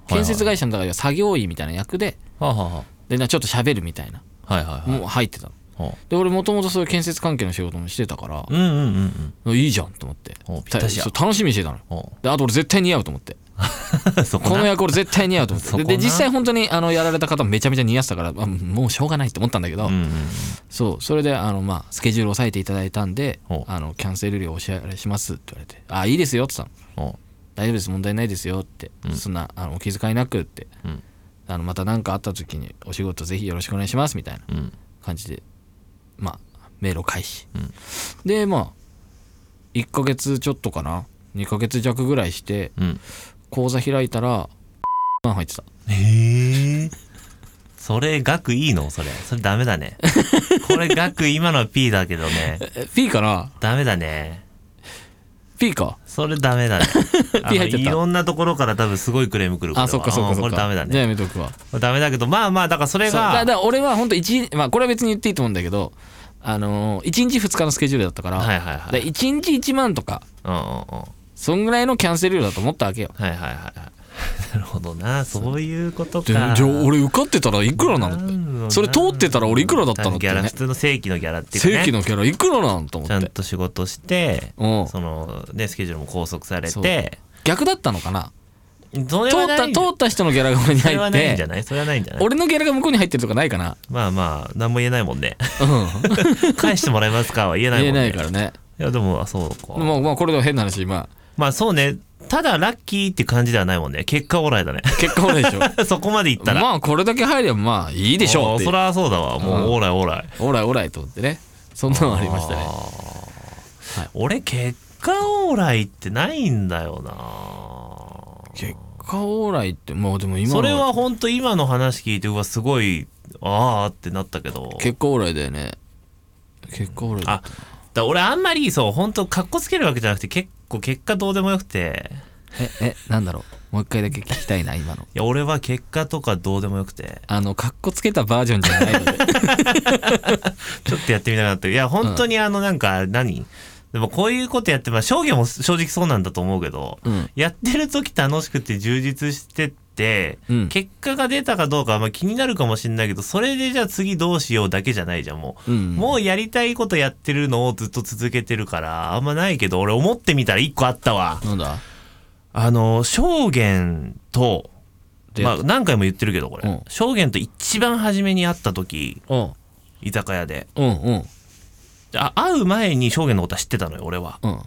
Speaker 3: はいはい
Speaker 1: 建設会社の、だから作業員みたいな役で、
Speaker 3: はあはあは
Speaker 1: で、なちょっと喋るみたいな、
Speaker 3: あはいはいはい
Speaker 1: もう入ってたの。
Speaker 3: はあ
Speaker 1: で、俺もともとそういう建設関係の仕事もしてたか
Speaker 3: うんうんうんうん
Speaker 1: ら、いいじゃんと思って
Speaker 3: お。ぴったしや
Speaker 1: そう楽しみにしてたのよ。
Speaker 3: は
Speaker 1: で、あと俺絶対似合うと思って。
Speaker 3: あ そこ
Speaker 1: この
Speaker 3: な
Speaker 1: 役俺絶対似合うと思って。
Speaker 3: そこ
Speaker 1: で
Speaker 3: な
Speaker 1: で、実際本当にあのやられた方もめちゃめちゃ似合ってたから、あもうしょうがないと思ったんだけど、
Speaker 3: うんうん
Speaker 1: そうそれであの、まあ、スケジュールを押さえていただいたんで
Speaker 3: ほう
Speaker 1: あのキャンセル料お支払いしますって言われて「あいいですよ」って言ったの
Speaker 3: は
Speaker 1: 「大丈夫です問題ないですよ」って、
Speaker 3: うん
Speaker 1: そんなあのお気遣いなくって
Speaker 3: あうん
Speaker 1: あのまた何かあった時にお仕事ぜひよろしくお願いしますみたいな
Speaker 3: うん
Speaker 1: 感じでまあメールを返し、
Speaker 3: うん
Speaker 1: でまあ1ヶ月ちょっとかな2ヶ月弱ぐらいして
Speaker 3: うん
Speaker 1: 口座開いたら入ってた
Speaker 3: へえそれ額いいのそれそれダメ だねこれ額今のは P だけどね
Speaker 1: え P かな
Speaker 3: ダメだね
Speaker 1: P か
Speaker 3: それダメ だねあの
Speaker 1: 入っちゃった
Speaker 3: いろんなところから多分すごいクレームくるこれは
Speaker 1: あそっかそっかそっ
Speaker 3: う
Speaker 1: か
Speaker 3: んこれダメだ
Speaker 1: じゃあ
Speaker 3: ね
Speaker 1: やめとくわ
Speaker 3: これダメだけどまあまあだからそれ
Speaker 1: そうだ
Speaker 3: が
Speaker 1: だから俺は本当一日まあこれは別に言っていいと思うんだけどあのー、1日2日のスケジュールだったから,、
Speaker 3: はいはいはい
Speaker 1: で1日1万とか
Speaker 3: うんうんうんは
Speaker 1: そんぐらいのキャンセル料だと思ったわけよ
Speaker 3: いはいはいはいなるほどなそういうことか
Speaker 1: でじゃあ俺受かってたらいくらなの
Speaker 3: なん
Speaker 1: って
Speaker 3: の
Speaker 1: それ通ってたら俺いくらだったのって
Speaker 3: ギャラ
Speaker 1: ね
Speaker 3: 普通の正規のギャラっていうか、ね、
Speaker 1: 正規のキャラいくらなんと思
Speaker 3: ちゃ
Speaker 1: っ
Speaker 3: ん
Speaker 1: て
Speaker 3: と仕事して
Speaker 1: うん
Speaker 3: そのねスケジュールも拘束され
Speaker 1: そう
Speaker 3: て
Speaker 1: 逆だったのかな
Speaker 3: それ
Speaker 1: 通
Speaker 3: は
Speaker 1: っ
Speaker 3: な
Speaker 1: た
Speaker 3: い
Speaker 1: 通った人のギャラが俺に
Speaker 3: それ
Speaker 1: 入
Speaker 3: は
Speaker 1: っ
Speaker 3: ないんじゃ
Speaker 1: て
Speaker 3: ないそれはないんじゃない
Speaker 1: 俺のギャラが向こうに入ってるとかないかな
Speaker 3: まあまあ何も言えないも んね
Speaker 1: うん
Speaker 3: 返してもらえますかは言えない
Speaker 1: 言
Speaker 3: も
Speaker 1: え
Speaker 3: んね
Speaker 1: ないからね
Speaker 3: いやでもあそうか、
Speaker 1: まあまあこれでは変な話まあ
Speaker 3: まあそうねただラッキーって感じではないもんね結果オーライだね
Speaker 1: 結果オーライでしょ
Speaker 3: そこまでいったら
Speaker 1: まあこれだけ入ればまあいいでしょう
Speaker 3: あ
Speaker 1: っ
Speaker 3: ー
Speaker 1: て
Speaker 3: そりゃそうだわもうオーライオーライ
Speaker 1: オーライオーライと思ってねそんなのありましたね
Speaker 3: あー
Speaker 1: はい
Speaker 3: 俺結果オーライってないんだよな
Speaker 1: 結果オーライってまあでも今の
Speaker 3: それはほんと今の話聞いてうわすごいあーってなったけど
Speaker 1: 結果オーライだよね結果オーライだ
Speaker 3: あだ俺あんまりそうほんとかっこつけるわけじゃなくて結構結果どうでもよくて
Speaker 1: ええなんだろうもう一回だけ聞きたいな今の
Speaker 3: いや俺は結果とかどうでもよくて
Speaker 1: あのかっこつけたバージョンじゃないので
Speaker 3: ちょっとやってみたかったけどいや本当にあのなんか何、でもこういうことやってまあ商業も正直そうなんだと思うけど、
Speaker 1: うん
Speaker 3: やってる時楽しくて充実してって、
Speaker 1: うん
Speaker 3: 結果が出たかどうかはまあ気になるかもしれないけどそれでじゃあ次どうしようだけじゃないじゃんもう、
Speaker 1: うん
Speaker 3: もうやりたいことやってるのをずっと続けてるからあんまないけど俺思ってみたら一個あったわ
Speaker 1: なんだ
Speaker 3: あの証言と
Speaker 1: で
Speaker 3: まあ何回も言ってるけどこ
Speaker 1: うん
Speaker 3: れ証言と一番初めに会った時
Speaker 1: うん
Speaker 3: 居酒屋で
Speaker 1: うんうん
Speaker 3: あ会う前に証言のことは知ってたのよ俺は
Speaker 1: うん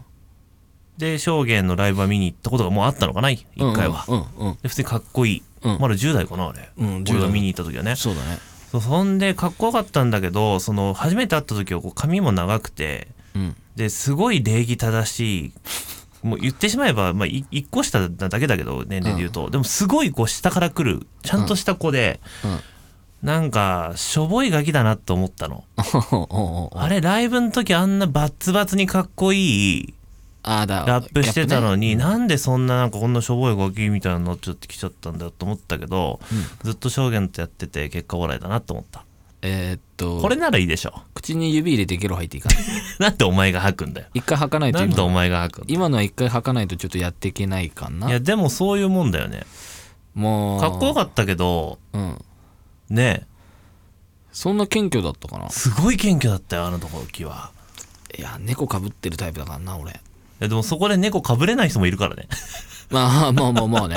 Speaker 3: で証言のライブは見に行ったことがもうあったのかな一回は、
Speaker 1: うんうんうん
Speaker 3: で普通にかっこいい、
Speaker 1: うん
Speaker 3: まだ10代かなあれ、
Speaker 1: うん
Speaker 3: 俺
Speaker 1: 10
Speaker 3: が
Speaker 1: 代
Speaker 3: 見に行った時はね
Speaker 1: そうだね
Speaker 3: そそんでかっこよかったんだけどその初めて会った時はこう髪も長くて
Speaker 1: うん
Speaker 3: ですごい礼儀正しいもう言ってしまえば、まあ、い一個下なだけだけど年齢で言うと、でもすごいこう下から来るちゃんとした子で、
Speaker 1: うん
Speaker 3: なんかしょぼいガキだなと思ったの、
Speaker 1: おうおうおう
Speaker 3: あれライブの時あんなバッツバツにかっこいい
Speaker 1: あーだ
Speaker 3: ラップしてたの
Speaker 1: に
Speaker 3: に、なんでそんななんかこんなしょぼいガキみたいになっちゃってきちゃったんだと思ったけど、ずっと証言とやってて結果オーライだなと思った
Speaker 1: えーっと
Speaker 3: これならいいでしょ
Speaker 1: 口に指入れてゲロ吐いていいかない
Speaker 3: なんでお前が吐くんだよ
Speaker 1: 一回吐かないと
Speaker 3: なんで
Speaker 1: 今
Speaker 3: お前が吐くんだ
Speaker 1: 今のは一回吐かないとちょっとやっていけないかない
Speaker 3: やでもそういうもんだよね
Speaker 1: もう
Speaker 3: かっこよかったけど
Speaker 1: うん
Speaker 3: ね
Speaker 1: そんな謙虚だったかな
Speaker 3: すごい謙虚だったよあの時はい
Speaker 1: や猫かぶってるタイプだからな俺
Speaker 3: いやでもそこで猫かぶれない人もいるからね
Speaker 1: まあまあまあまあね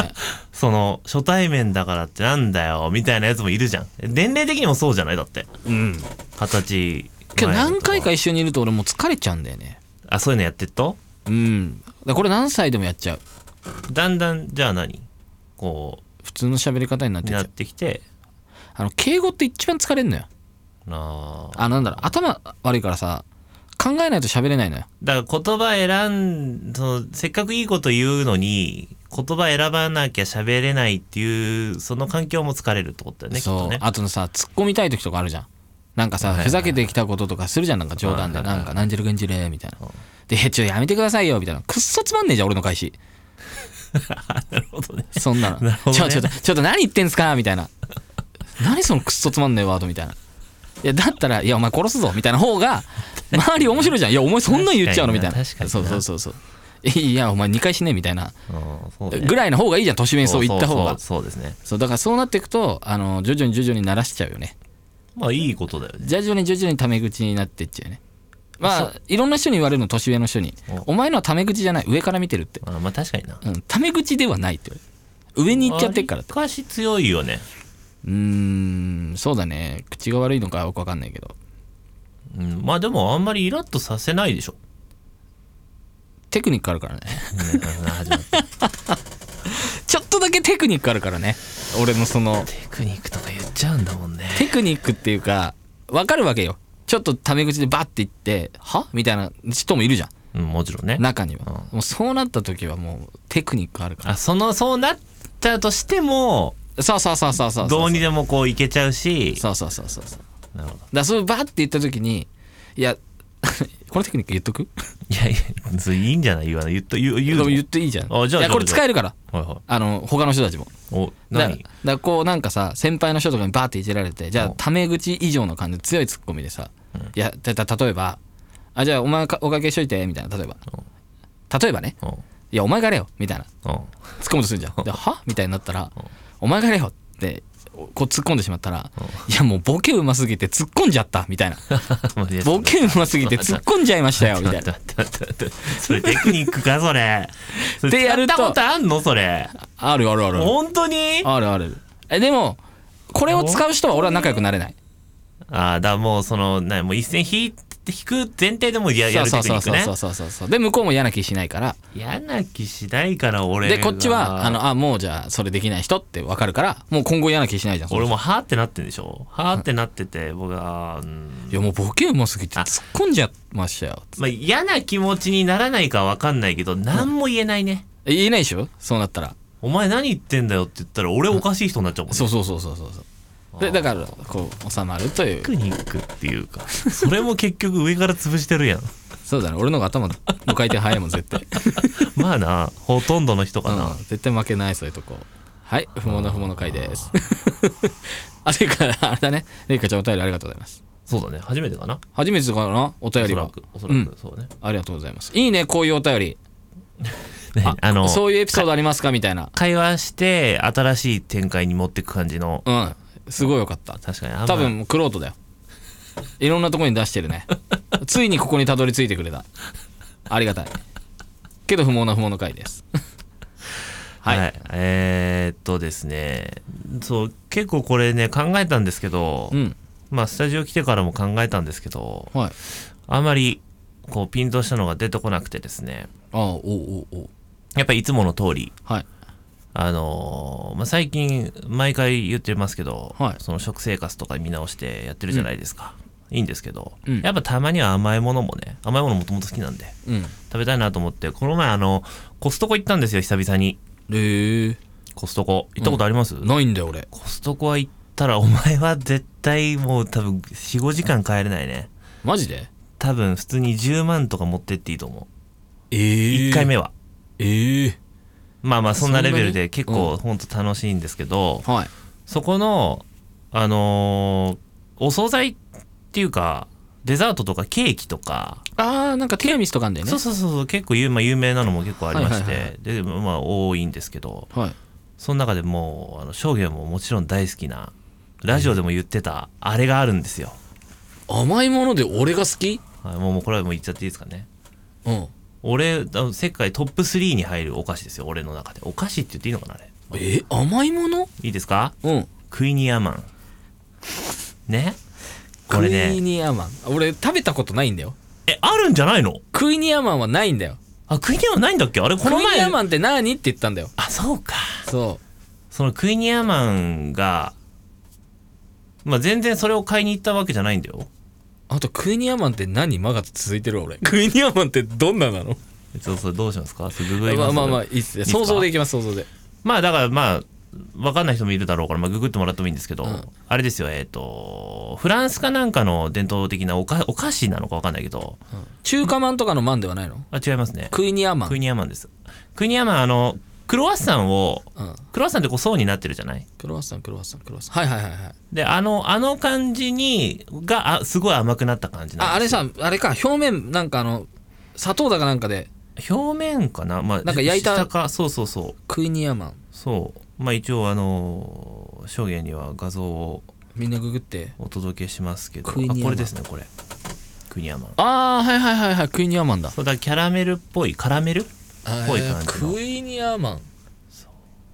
Speaker 3: その初対面だからってなんだよみたいなやつもいるじゃん年齢的に もそうじゃないだって
Speaker 1: うん
Speaker 3: 二十歳
Speaker 1: けど
Speaker 3: 前の
Speaker 1: 何
Speaker 3: と
Speaker 1: 回か一緒にいると俺もう疲れちゃうんだよね
Speaker 3: あそういうのやってっと
Speaker 1: うんだからこれ何歳でもやっちゃう
Speaker 3: だんだんじゃあ何こ
Speaker 1: 普通の喋り方になっ
Speaker 3: う
Speaker 1: てっちゃ
Speaker 3: なっ
Speaker 1: う
Speaker 3: てきて
Speaker 1: あの敬語って一番疲れんのよ
Speaker 3: あー
Speaker 1: あなんだろう頭悪いからさ考えないと喋れないのよ
Speaker 3: だから言葉選んそのせっかくいいこと言うのに言葉選ばなきゃ喋れないっていうその環境も疲れるってことだよねきっ
Speaker 1: そ
Speaker 3: と
Speaker 1: う、
Speaker 3: ね
Speaker 1: あとのさ突っ込みたい時とかあるじゃんなんかさ、
Speaker 3: はいはい
Speaker 1: ふざけてきたこととかするじゃんなんか冗談で、
Speaker 3: はいはいはい
Speaker 1: なんかなんじるくんじれみたいな、でえちょやめてくださいよみたいなくっそつまんねえじゃん俺の返し
Speaker 3: なるほどね
Speaker 1: そんなの
Speaker 3: なるほどね
Speaker 1: ちょちょちょちょっと何言ってんすかみたいな何そのくっそつまんねえワードみたいないやだったら「いやお前殺すぞ」みたいな方が周り面白いじゃん「いやお前そんなん言っちゃうの」みたいな
Speaker 3: 確かにな
Speaker 1: そ
Speaker 3: 確
Speaker 1: う
Speaker 3: かに
Speaker 1: そ
Speaker 3: な
Speaker 1: うそうそういやお前2回死ねみたいな
Speaker 3: うんそうね
Speaker 1: ぐらいの方がいいじゃん年面そう言った方が
Speaker 3: そうそうそうですね
Speaker 1: そうだからそうなっていくとあの徐々に徐々に慣らしちゃうよね
Speaker 3: まあいいことだよね
Speaker 1: 徐々に徐々にタメ口になってっちゃうねま
Speaker 3: そ
Speaker 1: あいろんな人に言われるの年上の人に「
Speaker 3: お
Speaker 1: お前のはタメ口じゃない上から見てる」って
Speaker 3: あまあ確かにな
Speaker 1: 「うんタメ口ではない」って言われる上に行っちゃってっからって
Speaker 3: わりかし強いよね
Speaker 1: うーんそうだね口が悪いのかよくわかんないけど
Speaker 3: うんまあでもあんまりイラッとさせないでしょ
Speaker 1: テクニックあるからね
Speaker 3: ねあ始まった
Speaker 1: ちょっとだけテクニックあるからね俺のその
Speaker 3: テクニックとか言っちゃうんだもんね
Speaker 1: テクニックっていうかわかるわけよちょっとタメ口でバッて言って「は?」みたいな人もいるじゃん
Speaker 3: うんもちろんね
Speaker 1: 中には
Speaker 3: うん
Speaker 1: もうそうなった時はもうテクニックあるか
Speaker 3: あそのそうなったとしても
Speaker 1: らそうそうそうそうそうそう
Speaker 3: どうにでもこういけちゃうし
Speaker 1: そうそうそうそうそう
Speaker 3: なるほど
Speaker 1: だからそういうバーって言った時にいや このテクニック言っとく
Speaker 3: いやいやそれいいんじゃない言わない言っと言う言う
Speaker 1: で
Speaker 3: の
Speaker 1: も言っていいじゃん
Speaker 3: あじゃあ
Speaker 1: いや
Speaker 3: じゃあ
Speaker 1: これ使えるから
Speaker 3: はいはい
Speaker 1: あの他の人たちも
Speaker 3: お
Speaker 1: だだ
Speaker 3: 何
Speaker 1: からこうなんかさ先輩の人とかにバーっていじられてじゃあ
Speaker 3: うん
Speaker 1: タメ口以上の感じ強いツッコミでさ、いやたた例えばあじゃあお前かおかけしといてみたいな例えば、例えばね
Speaker 3: うん
Speaker 1: いやお前がやれよみたいな
Speaker 3: うん
Speaker 1: 突っ込むとするじゃん。で、はみたいになったら、お前がやれよって、こう突っ込んでしまったら、いやもうボケうますぎて突っ込んじゃったみたいな。
Speaker 3: 待っ て
Speaker 1: ボケうますぎて突っ込んじゃいましたよみ
Speaker 3: 待
Speaker 1: た
Speaker 3: っ
Speaker 1: い
Speaker 3: て
Speaker 1: な。
Speaker 3: 待って待って待ってそれテクニックかそれそれ
Speaker 1: でやると
Speaker 3: 使ったことあんのそれ
Speaker 1: あるあるある。
Speaker 3: 本当にあ
Speaker 1: あるある。え、でも、これを使う人は俺は仲良くなれない。
Speaker 3: あーだからもうそのなもう一線引い弾く前提でもややるテクニックね
Speaker 1: そうそうそうそうそうで向こうも嫌な気しないから
Speaker 3: 嫌な気しないから俺が
Speaker 1: でこっちはあのあもうじゃあそれできない人って分かるからもう今後嫌な気しないじゃん
Speaker 3: 俺もはーってなってんでしょはーってなってて僕は、うん
Speaker 1: いやもうボケうますぎて突っ込んじゃいましたよ
Speaker 3: まあ、嫌な気持ちにならないかわかんないけど何も言えないね、
Speaker 1: 言えないでしょそうなったら
Speaker 3: お前何言ってんだよって言ったら俺おかしい人になっちゃうもんね
Speaker 1: そうそうそうそうそうそうでだからこう収まると いう
Speaker 3: テクニックっていうかそれも結局上から潰して るやん
Speaker 1: そうだね俺の方が頭の回転早いもん絶対、
Speaker 3: まあなほとんどの人かな、
Speaker 1: うん、絶対負けないそういうとこはい不毛な不毛の回です あれからあれだねレイカちゃんお便りありがとうございます
Speaker 3: そうだね初めてかな
Speaker 1: 初めてかなお便
Speaker 3: お
Speaker 1: り
Speaker 3: そ
Speaker 1: は
Speaker 3: らくおそらく、
Speaker 1: うん
Speaker 3: そうね
Speaker 1: ありがとうございますいいねこういうお便り
Speaker 3: ねあの
Speaker 1: そういうエピソードありますかみたいな
Speaker 3: 会話して新しい展開に持ってく感じの
Speaker 1: うんすごいよかった
Speaker 3: 確かにあんま
Speaker 1: 多分クロートだよいろんなとこに出してる ねついにここにたどり着いてくれたありがたいけど不毛な不毛の回ですは
Speaker 3: はいい、えー、っとですねそう結構これね考えたんですけど、
Speaker 1: うん
Speaker 3: まあスタジオ来てからも考えたんですけど
Speaker 1: はい
Speaker 3: あまりこうピンとしたのが出てこなくてですね
Speaker 1: ああおうおうおう
Speaker 3: やっぱりいつもの通り
Speaker 1: はい
Speaker 3: あのーまあ、最近毎回言ってますけど、
Speaker 1: はい
Speaker 3: その食生活とか見直してやってるじゃないですか、いいんですけど、
Speaker 1: うん
Speaker 3: やっぱたまには甘いものもね甘いものもともと好きなんで
Speaker 1: うん
Speaker 3: 食べたいなと思ってこの前あのコストコ行ったんですよ久々に
Speaker 1: ええ
Speaker 3: コストコ行ったことあります、
Speaker 1: ないんだよ俺
Speaker 3: コストコは行ったらお前は絶対もう多分45時間帰れないね
Speaker 1: マジで
Speaker 3: 多分普通に10万とか持ってっていいと思
Speaker 1: ええ
Speaker 3: う1回目は、
Speaker 1: ええ
Speaker 3: まあまあそんなレベル
Speaker 1: そんなに
Speaker 3: で結構ほんと楽しいんですけど、
Speaker 1: はい
Speaker 3: そこのあのーお惣菜っていうかデザートとかケーキとか、
Speaker 1: ああなんかティラミスとかあんだよね
Speaker 3: そうそうそうそう結構有,、まあ、有名なのも結構ありまし
Speaker 1: は
Speaker 3: て、
Speaker 1: いはいは
Speaker 3: でまあ多いんですけど
Speaker 1: はい
Speaker 3: その中でもうあの商業ももちろん大好きなラジオでも言ってたあれがあるんですよ、
Speaker 1: 甘いもので俺が好き
Speaker 3: はい、もうもうこれはもう言っちゃっていいですかね
Speaker 1: うん
Speaker 3: 俺あの世界トップ3に入るお菓子ですよ俺の中でお菓子って言っていいのかなあれ
Speaker 1: え甘いもの
Speaker 3: いいですか
Speaker 1: うん
Speaker 3: クイニアマンねこ
Speaker 1: ク
Speaker 3: れ
Speaker 1: イ
Speaker 3: ね
Speaker 1: ニアマン俺食べたことないんだよ
Speaker 3: えあるんじゃないの
Speaker 1: クイニアマンはないんだよ
Speaker 3: あ、クイニアマンないんだっけあれ、こ
Speaker 1: ク
Speaker 3: の前。
Speaker 1: イニアマンって何って言ったんだよ
Speaker 3: あ、そうか。
Speaker 1: そ
Speaker 3: そのクイニアマンが、まあ、全然それを買いに行ったわけじゃないんだよ。
Speaker 1: うあとクイニアマンって何マが続いてる俺クイニアマンってどんななの
Speaker 3: ちょっとそれどうしますかそれググり
Speaker 1: ま
Speaker 3: ま
Speaker 1: あ
Speaker 3: す
Speaker 1: まあまあいいっすね
Speaker 3: いいっすか
Speaker 1: 想像でいきます想像で
Speaker 3: まあ、だからまあ、わかんない人もいるだろうから、まあ、ググってもらってもいいんですけど、
Speaker 1: うん
Speaker 3: あれですよ、えっ、と、フランスかなんかの伝統的なおかお菓子なのかわかんないけど、
Speaker 1: 中華まんとかのまんではないの
Speaker 3: あ、違いますね。
Speaker 1: クイニアマン
Speaker 3: クイニアマンです。クイニアマン、あの、クロワッサンを、
Speaker 1: うん
Speaker 3: クロワッサンってこう層になってるじゃない
Speaker 1: クロワッサンクロワッサンクロワッサンはいはいはいはい
Speaker 3: で、あの、あの感じに、が、あ、すごい甘くなった感じなんですよ
Speaker 1: ああれさあれか表面なんかあの砂糖だかなんかで
Speaker 3: 表面かなまあ
Speaker 1: なんか焼いた
Speaker 3: 下かそうそうそう
Speaker 1: クイニアマン
Speaker 3: そうまあ一応あのー証言には画像を
Speaker 1: みんなググって
Speaker 3: お届けしますけどあ
Speaker 1: クイニアマン
Speaker 3: これですねこれクイニアマン
Speaker 1: ああはいはいはいはいクイニアマンだ
Speaker 3: そうだキャラメルっぽいカラメルぽい感じの
Speaker 1: クイニアマン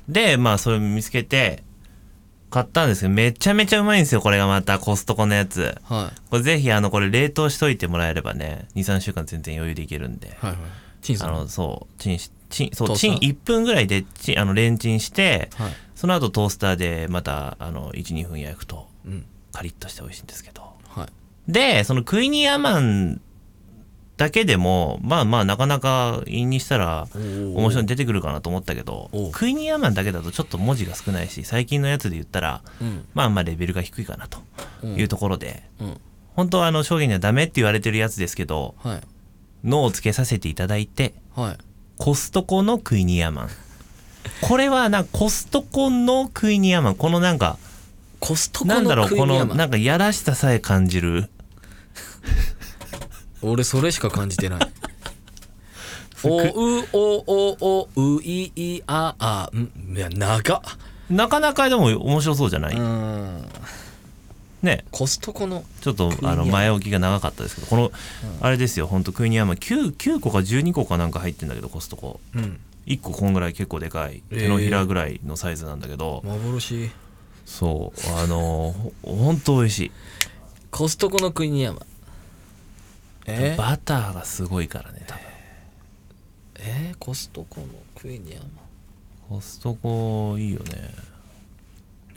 Speaker 3: でまあそれ見つけて買ったんですけどめちゃめちゃうまいんですよこれがまたコストコのやつ
Speaker 1: はい
Speaker 3: これぜひあのこれ冷凍しといてもらえればね23週間全然余裕でいけるんで
Speaker 1: はいはいチンさ
Speaker 3: あ
Speaker 1: んは
Speaker 3: のそうチンしチンそ
Speaker 1: トー
Speaker 3: う
Speaker 1: スタ
Speaker 3: チ
Speaker 1: ー
Speaker 3: ン1分ぐらいでチンあのレンチンして
Speaker 1: い
Speaker 3: その後トースターでまたあの12分焼くと
Speaker 1: うん
Speaker 3: カリッとして美味しいんですけど
Speaker 1: はい
Speaker 3: でそのクイニアマンだけでもまあまあなかなか韻にしたら
Speaker 1: ー
Speaker 3: 面白いの出てくるかなと思ったけど
Speaker 1: おう
Speaker 3: クイニアマンだけだとちょっと文字が少ないし最近のやつで言ったら
Speaker 1: うん
Speaker 3: まあまあレベルが低いかなと
Speaker 1: うん
Speaker 3: いうところで
Speaker 1: うん
Speaker 3: 本当はあの証言にはダメって言われてるやつですけど
Speaker 1: はい
Speaker 3: 脳をつけさせていただいて
Speaker 1: はい
Speaker 3: コストコのクイニアマンこれはなコストコのクイニアマンこのなんか
Speaker 1: コストコ
Speaker 3: なんだろ
Speaker 1: の
Speaker 3: う
Speaker 1: クイ
Speaker 3: こ
Speaker 1: ニ
Speaker 3: の
Speaker 1: アマン
Speaker 3: なんかやらしささえ感じる
Speaker 1: 俺それしか感じて ないおうおおおういいああんいや長っ
Speaker 3: なかなかでも面白そうじゃない、
Speaker 1: ん
Speaker 3: ね
Speaker 1: コストコの
Speaker 3: ちょっと
Speaker 1: イニア
Speaker 3: あ
Speaker 1: マン
Speaker 3: の前置きが長かったですけどこの、あれですよほんとクイニアマン 9, 9個か12個かなんか入ってんだけどコストコ
Speaker 1: うん
Speaker 3: 1個こんぐらい結構でかい
Speaker 1: えー
Speaker 3: 手のひらぐらいのサイズなんだけど、
Speaker 1: 幻
Speaker 3: そうあのーほほんと美味しい
Speaker 1: コストコのクイニアマンえー
Speaker 3: バターがすごいからね多分
Speaker 1: えーコストコのクエニアマン
Speaker 3: コストコいいよね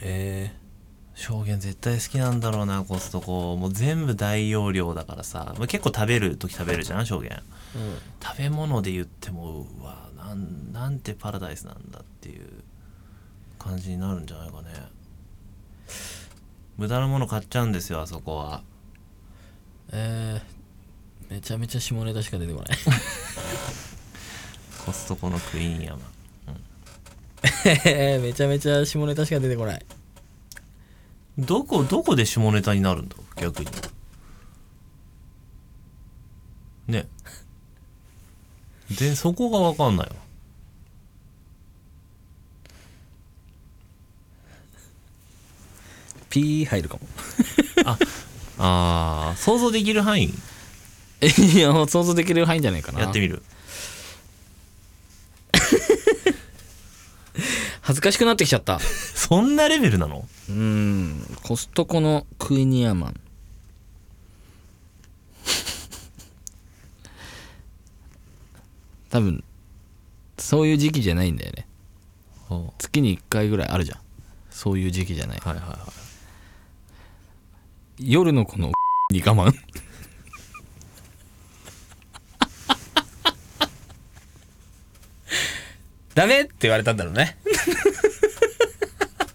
Speaker 1: え
Speaker 3: 証言絶対好きなんだろうなコストコもう全部大容量だからさまあ結構食べる時食べるじゃん証言
Speaker 1: ーうん
Speaker 3: 食べ物で言ってもうわなんなんてパラダイスなんだっていう感じになるんじゃないかね無駄なもの買っちゃうんですよあそこは
Speaker 1: えーめちゃめちゃ下ネタしか出てこない
Speaker 3: コストコのクイーン山
Speaker 1: えーめちゃめちゃ下ネタしか出てこない
Speaker 3: どこどこで下ネタになるんだろう逆にねでそこが分かんないわ
Speaker 1: ピー入るかも
Speaker 3: あー想像できる範囲
Speaker 1: いやもう想像できる範囲じゃないかな
Speaker 3: やってみる
Speaker 1: 恥ずかしくなってきちゃった
Speaker 3: そんなレベルなの
Speaker 1: うーんコストコのクイニアマン多分そういう時期じゃないんだよね
Speaker 3: は
Speaker 1: 月に1回ぐらいあるじゃんそういう時期じゃない
Speaker 3: いはいはい
Speaker 1: 夜のこの に我慢ダメって言われたんだろうね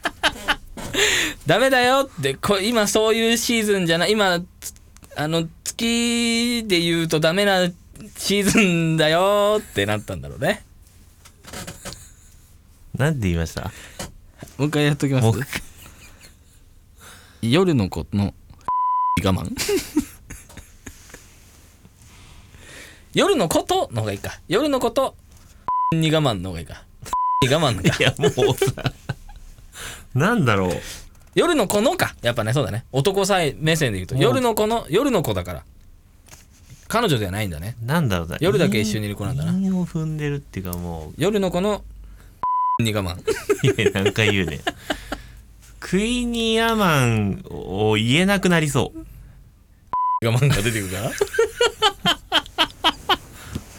Speaker 1: ダメだよってこ今そういうシーズンじゃない今つあの月で言うとダメなシーズンだよってなったんだろうね
Speaker 3: なんて言いました
Speaker 1: もう一回やっときま
Speaker 3: も
Speaker 1: す
Speaker 3: う一
Speaker 1: 夜の子の我慢夜のことの方がいいか夜のことに我慢の方がいいかに我慢か
Speaker 3: いやもうさなんだろう
Speaker 1: 夜の子のかやっぱねそうだね男さえ目線で言うと
Speaker 3: うん
Speaker 1: 夜の子の夜の子だから彼女ではないんだね
Speaker 3: なんだろうな
Speaker 1: 夜だけ一緒にいる子なんだな
Speaker 3: 韻を踏んでるっていうかも
Speaker 1: 夜の子のに我慢
Speaker 3: ういや何回言うねんクイニアマンを言えなくなりそう
Speaker 1: 我慢が出てくるから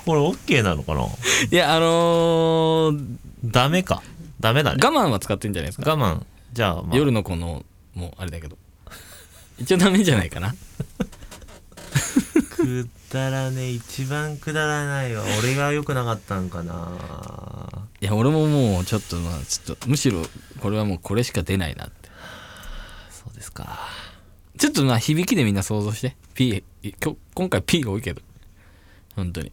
Speaker 3: これ OK なのかない
Speaker 1: やあのー
Speaker 3: ダメかダメだね
Speaker 1: 我慢は使ってんじゃないですか
Speaker 3: 我慢じゃあ、まあ、
Speaker 1: 夜の子のもうあれだけど 一応ダメじゃないかな
Speaker 3: くだらねえ一番くだらないわ俺が良くなかったんかない
Speaker 1: や俺ももうちょっとまあちょっとむしろこれはもうこれしか出ないなって
Speaker 3: そうですか
Speaker 1: ちょっとまあ響きでみんな想像して P い今日今回 P が多いけど本当に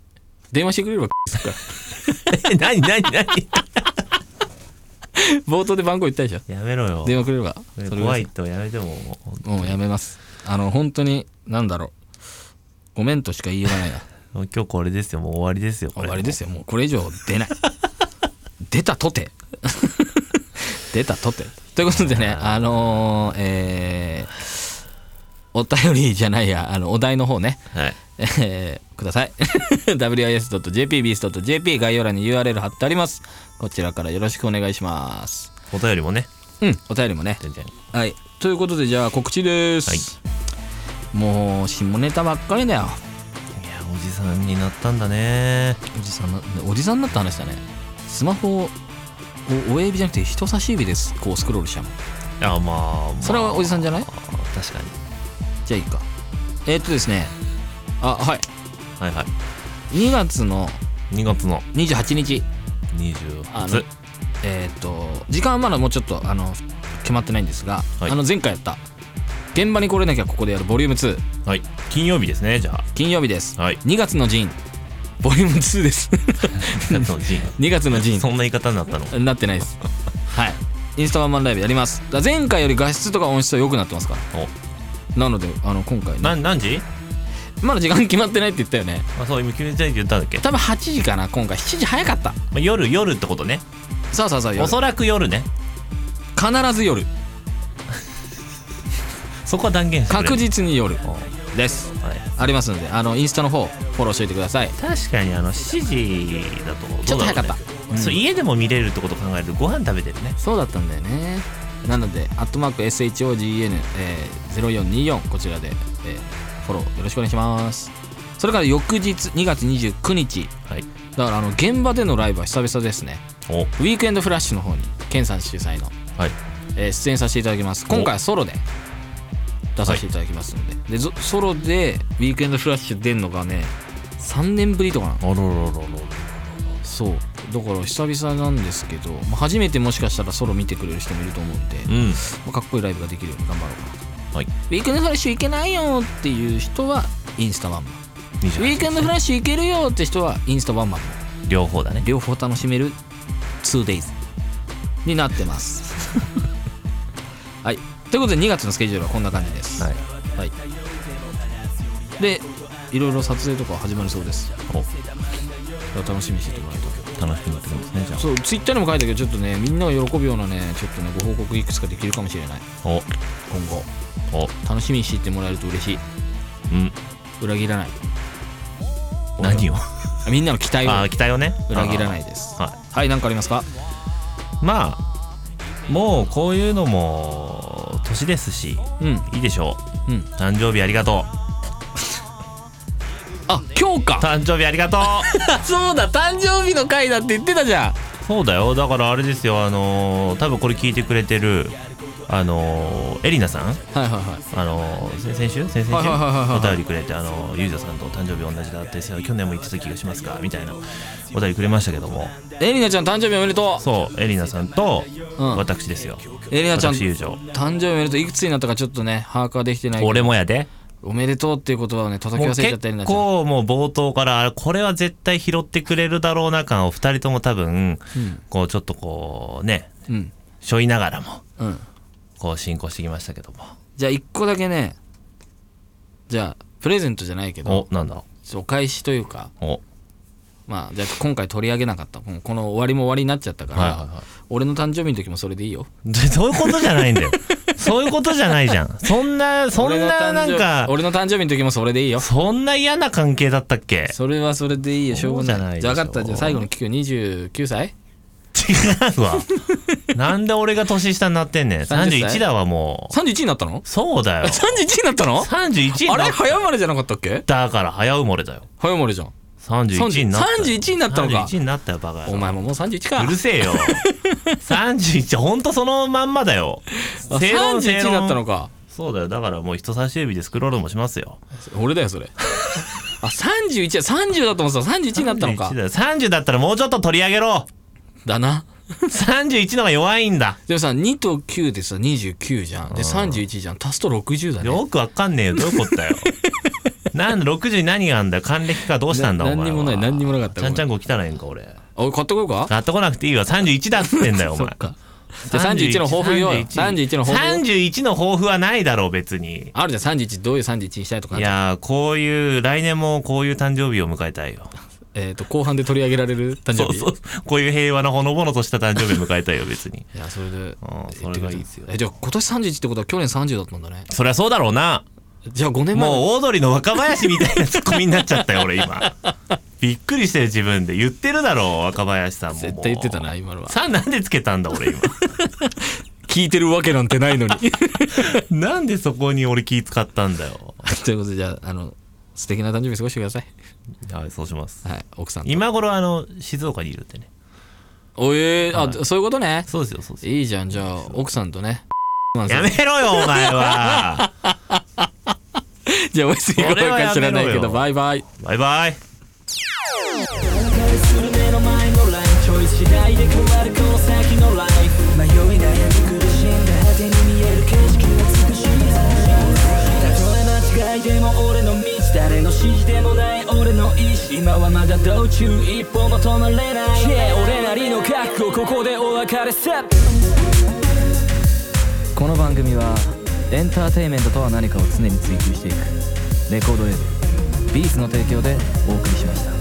Speaker 1: 電話してくれれば すっから
Speaker 3: え 何何何
Speaker 1: 冒頭で番号言ったでしょ
Speaker 3: やめろよ
Speaker 1: 電話くれればそれぐら
Speaker 3: 怖
Speaker 1: で
Speaker 3: い
Speaker 1: す
Speaker 3: とやめてももう
Speaker 1: もうやめますあの本当になんだろうごめんとしか言いようがないな
Speaker 3: もう今日これですよもう終わりですよこれ
Speaker 1: 終わりですよもうこれ以上出ない出たとて 出たとてということでねあのーえーお便りじゃないやあのお題の方ね
Speaker 3: はい
Speaker 1: えーください。wis.jpbeast.jp 概要欄に URL 貼ってあります。こちらからよろしくお願いします。
Speaker 3: お便りもね
Speaker 1: うん、お便りもね。
Speaker 3: 全然
Speaker 1: はい。ということで、じゃあ告知です。もう、下ネタばっかりだよ。
Speaker 3: いやおじさんになったんだね
Speaker 1: おじさんな、おじさんになった話だね。スマホを、お親指じゃなくて人差し指です。こうスクロールしちゃうもん
Speaker 3: あまあ、まあ、
Speaker 1: それはおじさんじゃない
Speaker 3: あ確かに
Speaker 1: じゃあいいか。えーっとですね。あ、はい。
Speaker 3: はいはい
Speaker 1: 2月の
Speaker 3: 2月の
Speaker 1: 28日。あの
Speaker 3: 28
Speaker 1: えっ、と時間はまだもうちょっとあの決まってないんですが、
Speaker 3: はい
Speaker 1: あの前回やった「現場に来れなきゃここでやるボリューム2
Speaker 3: はい金曜日ですねじゃ
Speaker 1: 金曜日です、
Speaker 3: あはい
Speaker 1: 2月の陣ボリューム2です
Speaker 3: あのジン
Speaker 1: 2月の陣
Speaker 3: そんな言い方になったの
Speaker 1: なってないですはいインスタワンマンライブやりますだから前回より画質とか音質は良くなってますから
Speaker 3: お
Speaker 1: なのであの今回ね
Speaker 3: な何時
Speaker 1: まだ時間決まってないって言ったよね
Speaker 3: あそう今決めてないって言ったんだっけ、ま
Speaker 1: 多分8時かな今回7時早かった
Speaker 3: あ、夜夜ってことね
Speaker 1: そうそうそう夜
Speaker 3: おそらく夜ね
Speaker 1: 必ず夜
Speaker 3: そこは断言してくれ
Speaker 1: 確実に夜
Speaker 3: お
Speaker 1: です
Speaker 3: はい
Speaker 1: ありますのであのインスタの方フォローしておいてください
Speaker 3: 確かにあの7時だとどうだろうね
Speaker 1: ちょっと早かったうん
Speaker 3: そう家でも見れるってことを考えるとご飯食べてるね
Speaker 1: そうだったんだよねなので「アットマーク #SHOGN0424」こちらで、えーフォローよろしくお願いしますそれから翌日2月29日
Speaker 3: はい
Speaker 1: だからあの現場でのライブは久々ですね
Speaker 3: お
Speaker 1: ウィークエンドフラッシュの方にケンさん主催の、
Speaker 3: はい
Speaker 1: えー出演させていただきます今回はソロで出させていただきますんで,、でぞソロでウィークエンドフラッシュ出んのがね3年ぶりとかなの
Speaker 3: あららららら
Speaker 1: そうだから久々なんですけど、まあ、初めてもしかしたらソロ見てくれる人もいると思うんで、ま
Speaker 3: うん
Speaker 1: あかっこいいライブができるように頑張ろうかなと
Speaker 3: はい
Speaker 1: ウィークエンドフラッシュいけないよっていう人はインスタワンマン
Speaker 3: いい
Speaker 1: ウィークエンドフラッシュいけるよって人はインスタワンマン
Speaker 3: 両方だね
Speaker 1: 両方楽しめる 2days になってます はいということで2月のスケジュールはこんな感じです、
Speaker 3: はい
Speaker 1: はいでいろいろ撮影とか始まるそうです
Speaker 3: お
Speaker 1: 楽しみにしててもらいたい
Speaker 3: 楽しみになってくるんですねじゃ
Speaker 1: そうツイッターにも書いたけどちょっとねみんなが喜ぶようなねちょっとねご報告いくつかできるかもしれない
Speaker 3: あお
Speaker 1: 今後
Speaker 3: お
Speaker 1: 楽しみにしていってもらえると嬉しい
Speaker 3: うん
Speaker 1: 裏切らない
Speaker 3: 何を
Speaker 1: あみんなの期待
Speaker 3: あ
Speaker 1: を
Speaker 3: ー期待をね
Speaker 1: 裏切らないいです
Speaker 3: は
Speaker 1: はい何かありますか
Speaker 3: いまあもうこういうのも年ですし
Speaker 1: うん
Speaker 3: いいでしょう、
Speaker 1: うん
Speaker 3: 誕生日ありがと
Speaker 1: あ今日
Speaker 3: う
Speaker 1: か
Speaker 3: 誕生日ありがとう
Speaker 1: そうだ誕生日の回だって言ってたじゃん
Speaker 3: そうだよだからあれですよあのー多分これ聞いてくれてるあのーエリナさん
Speaker 1: はいはいはい
Speaker 3: あのー先先週先々
Speaker 1: はい
Speaker 3: 週
Speaker 1: はいはいはいはい
Speaker 3: お便りくれてあのーゆうざさんと誕生日同じだって去年も言ってた気がしますかみたいなお便りくれましたけども
Speaker 1: エリナちゃん誕生日おめでと
Speaker 3: そうエリナさんと
Speaker 1: うん
Speaker 3: 私ですよ、
Speaker 1: うエリナちゃん
Speaker 3: 私友
Speaker 1: 誕生
Speaker 3: 情
Speaker 1: 日おめでとういくつになったかちょっとね把握はできてないけど
Speaker 3: 俺もやで
Speaker 1: おめでとうっていう言葉をね叩き
Speaker 3: も
Speaker 1: 忘
Speaker 3: う
Speaker 1: れちゃったエリ
Speaker 3: 結
Speaker 1: ナちゃん
Speaker 3: 構もう冒頭からあれこれは絶対拾ってくれるだろうな感を2人とも多分、
Speaker 1: うん
Speaker 3: こうちょっとこうね
Speaker 1: うん
Speaker 3: しょいながらも
Speaker 1: うん
Speaker 3: こう進行してきましたけども
Speaker 1: じゃあ一個だけねじゃあプレゼントじゃないけど
Speaker 3: おなんだ
Speaker 1: ちょっとお返しというか
Speaker 3: おはい
Speaker 1: まあじゃあ今回取り上げなかったこのこの終わりも終わりになっちゃったから、
Speaker 3: はいは
Speaker 1: 俺の誕生日の時もそれでいいよ
Speaker 3: いでそういうことじゃない んだよそういうことじゃないじゃんそんなそんななんか
Speaker 1: 俺の誕生日の時もそれでいいよ
Speaker 3: そんな嫌な関係だったっけ
Speaker 1: それはそれでいいよしょうがない
Speaker 3: そうじゃないでしょ
Speaker 1: 分かったじゃあ最後の聞くよ29歳
Speaker 3: 違うわ なんで俺が年下になってんねん
Speaker 1: 30
Speaker 3: 31だわもう
Speaker 1: 31になったの
Speaker 3: そうだよ
Speaker 1: あ31になったの
Speaker 3: 31に
Speaker 1: あれ
Speaker 3: なっ
Speaker 1: 早生まれじゃなかったっけ
Speaker 3: たから早生まれだよ
Speaker 1: 早生まれじゃん
Speaker 3: 31になったよ
Speaker 1: 31になったのか
Speaker 3: 31になったよバカ野郎
Speaker 1: お前ももう31か
Speaker 3: うるせえよ31ほんとそのまんまだよ
Speaker 1: あ
Speaker 3: 正論
Speaker 1: 31
Speaker 3: 正
Speaker 1: に
Speaker 3: 論
Speaker 1: なったのか
Speaker 3: そうだよだからもう人差し指でスクロールもしますよ
Speaker 1: 俺だよ それあ31だ30だと思ってた31になったのか
Speaker 3: 31だよ30だったらもうちょっと取り上げろ
Speaker 1: だな
Speaker 3: 31のが弱いんだ
Speaker 1: でもさ2と9でさ29じゃんで31じゃん足すと60だね
Speaker 3: よくわかんねえよどういうことだよ なん60に何があんだよ還暦かどうしたんだお
Speaker 1: な
Speaker 3: 前は
Speaker 1: 何にもない何にもなかった
Speaker 3: ちゃんちゃんこ来たらええんか俺
Speaker 1: あ俺買ってこようか
Speaker 3: 買ってこなくていいわ31だっつってんだよお
Speaker 1: そ
Speaker 3: 前
Speaker 1: っかじゃあ31の抱負よ31の抱負
Speaker 3: 31の抱負はないだろう別に
Speaker 1: あるじゃん31どういう31にしたいとかあ
Speaker 3: い
Speaker 1: るじゃん
Speaker 3: やーこういう来年もこういう誕生日を迎えたいよ
Speaker 1: えっと後半で取り上げられる誕生
Speaker 3: そう
Speaker 1: 日
Speaker 3: そうこういう平和なほのぼのとした誕生日を迎えたいよ別に
Speaker 1: いやそれで
Speaker 3: うんそれがいいですよ
Speaker 1: えじゃあ今年31ってことは去年30だったんだね
Speaker 3: そりゃそうだろうな
Speaker 1: じゃあ5年前の
Speaker 3: もうオードリーの若林みたいなツッコミになっちゃったよ俺 今びっくりしてる自分で言ってるだろう若林さんも
Speaker 1: 絶対言ってたな今のは
Speaker 3: さあなんでつけたんだ俺今
Speaker 1: 聞いてるわけなんてないのに
Speaker 3: なんでそこに俺気使ったんだよ
Speaker 1: ということでじゃああの素敵な誕生日過ごしてください
Speaker 3: はいそうします
Speaker 1: はい奥さんと
Speaker 3: 今頃あの静岡にいるってね
Speaker 1: おえー
Speaker 3: は
Speaker 1: あそういうことね
Speaker 3: そうですよそうですよ
Speaker 1: いいじゃんじゃあ奥さんとね なんすよ
Speaker 3: やめろよお前 は
Speaker 1: じゃあおやすみかどう
Speaker 3: 俺は
Speaker 1: か
Speaker 3: や
Speaker 1: 知ら
Speaker 3: めろよ
Speaker 1: ないけどバイバイ
Speaker 3: バイバイ
Speaker 2: する目の前のラインチョイス次第で変わるこの先のライフ迷い悩み苦しんだ果てに見える景色は美しいたとえ間違いでも俺の道誰の指示でもない俺の意志今はまだ道中一歩も止まれない、Yeah 俺なりの覚悟ここでお別れセットこの番組はエンターテインメントとは何かを常に追求していくレコードエールビーズの提供でお送りしました